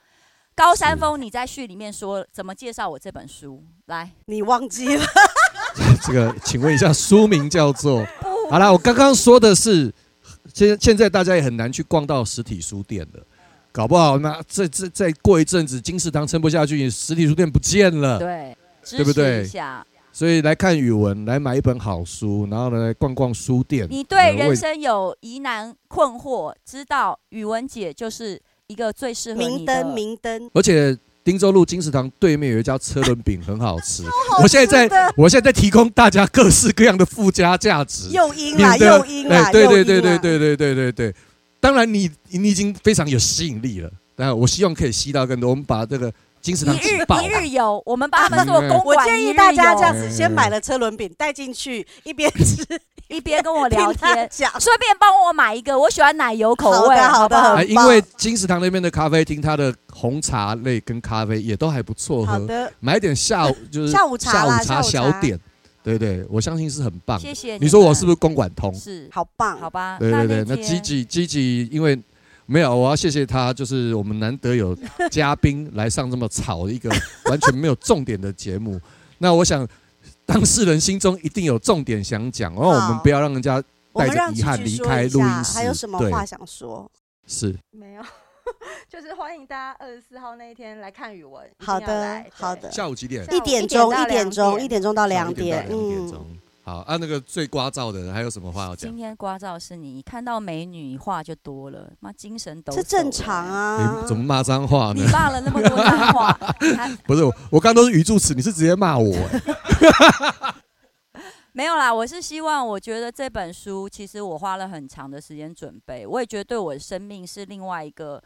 S5: 高山峰，你在序里面说怎么介绍我这本书？来，
S3: 你忘记了？
S4: 这个，请问一下，书名 叫做？好啦，我刚刚说的是，现现在大家也很难去逛到实体书店了，
S5: 嗯
S4: 搞不好那这这再过一阵子，金石堂撑不下去，实体书店不见了，
S5: 对，
S4: 对
S5: 支
S4: 不
S5: 持
S4: 对
S5: 一下。
S4: 所以来看语文，来买一本好书，然后呢来逛逛书店。
S5: 你对
S4: 呃
S5: 人
S4: 为
S5: 生有疑难困惑，知道语文姐就是一个最适合你
S3: 明
S5: 的
S3: 灯，明灯，
S4: 而且汀州路金石堂对面有一家车轮饼很 好吃，
S5: 哦
S4: 我现在
S3: 在
S4: 在我现在在提供大家各式各样的附加价值。
S3: 诱因
S4: 你
S3: 啦，
S4: 的哎
S3: 诱因啦，
S4: 对
S3: 诱
S4: 对
S3: 因
S4: 对对
S3: 啦。
S4: 对对对对对，当然你你已经非常有吸引力了，但我希望可以吸到更多。我们把这个金石堂
S5: 一
S4: 挤
S5: 日
S4: 爆
S5: 一，日游，我们把 他们做
S4: 嗯
S5: 公
S3: 我
S5: 馆
S3: 建
S5: 一
S3: 议
S5: 日
S3: 大家
S5: 游
S3: 这样子，
S4: 嗯
S3: 先买了车轮饼带进去，一边吃
S5: 一边 跟我聊
S3: 听他
S5: 天，
S3: 讲。
S5: 顺便帮我买一个，我喜欢奶油口
S3: 好的
S5: 味，
S3: 好的
S5: 不
S3: 好
S5: 好
S3: 的
S4: 哎
S3: 很
S4: 因
S3: 棒
S4: 为金石堂那边的咖啡厅，它的红茶类跟咖啡也都还不错
S3: 好
S4: 喝，
S3: 的，
S4: 买点 下午就是
S3: 下午茶啦下午
S4: 小
S3: 茶
S4: 点，对对，我相信是很棒的。
S5: 谢谢。
S4: 你说我是不是公馆通？
S5: 是？
S3: 好棒，
S5: 好吧，
S4: 对对对，那
S5: 天
S4: 积极积极，因为没有，我要谢谢他，就是我们难得有嘉宾来上这么吵的一个完全没有重点的节目。 那我想，当事人心中一定有重点想讲，哦然后我们
S3: 好
S4: 不要让人家
S3: 我们
S4: 带着
S3: 让
S4: 遗
S3: 菊
S4: 憾
S3: 菊
S4: 离
S3: 说
S4: 开
S3: 一
S4: 录音
S3: 下
S4: 室
S3: 还有什么
S4: 对
S3: 话想说？
S4: 是
S6: 没有， 就是欢迎大家二十四号那一天来看语文。一定
S3: 好
S6: 要
S3: 的
S6: 来，
S3: 好。
S6: 对
S3: 的，
S4: 下午几点？
S6: 下午
S3: 一点钟，一
S6: 一
S3: 点
S6: 点到
S3: 钟，
S6: 两点
S3: 一点钟到两
S4: 一
S3: 点，
S4: 到两点
S3: 嗯，
S4: 钟。好，按那个最聒噪的人还有什么话要讲
S5: 今？天刮照是你，一看到美女话就多了，妈精神抖擞。啊
S3: 这正常。啊
S4: 你。怎么骂脏话
S5: 你
S4: 呢？
S5: 骂了那么多脏话，你还
S4: 不是，我我刚都是语助词，你是直接骂我、哎
S5: 没有啦，我是希望，我觉得这本书其实我花了很长的时间准备，我也觉得对我的生命是另外一个，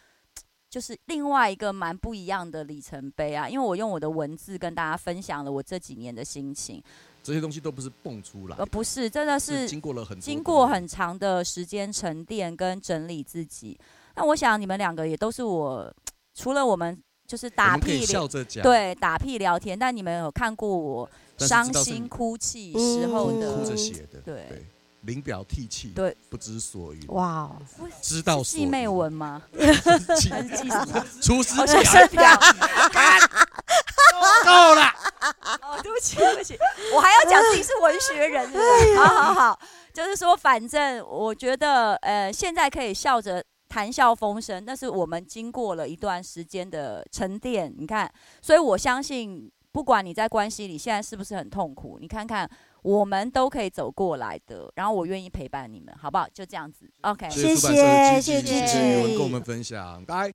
S5: 就是另外一个蛮不一样的里程碑啊。因为我用我的文字跟大家分享了我这几年的心情，
S4: 这些东西都不是蹦出来
S5: 呃，，不是，真的是
S4: 经过了很多
S5: 经过很长的时间沉淀跟整理自己。那我想你们两个也都是我，除了我们就是
S4: 我
S5: 打
S4: 们可以
S5: 屁聊
S4: 笑着讲，
S5: 对打屁聊天，但你们有看过我
S4: 但是
S5: 伤
S4: 知道是
S5: 心
S4: 你
S5: 哭泣时候
S3: 嗯
S5: 的
S4: 哭着写的，
S5: 对
S4: 对，临表涕泣，
S5: 对，
S4: 不知所云，
S6: 哇哦，
S4: 知道
S5: 是
S4: 所
S5: 季妹
S4: 云，
S5: 文吗？
S4: 记
S5: 还是记什么？
S4: 出师
S5: 哦，
S4: 表
S5: 学生表。
S4: 够了，
S5: 哦，对不起，对不起，我还要讲自己是文学人，是不是好好好，就是说，反正我觉得，呃，现在可以笑着。谈笑风生，那是我们经过了一段时间的沉淀。你看，所以我相信，不管你在关系里现在是不是很痛苦，你看看，我们都可以走过来的。然后我愿意陪伴你们，好不好？就这样子，OK。
S4: 谢
S3: 谢
S4: 谢出版社的
S3: 谢
S4: 积极
S5: 谢
S4: 谢谢
S5: 谢
S4: 语文跟我们分享，拜。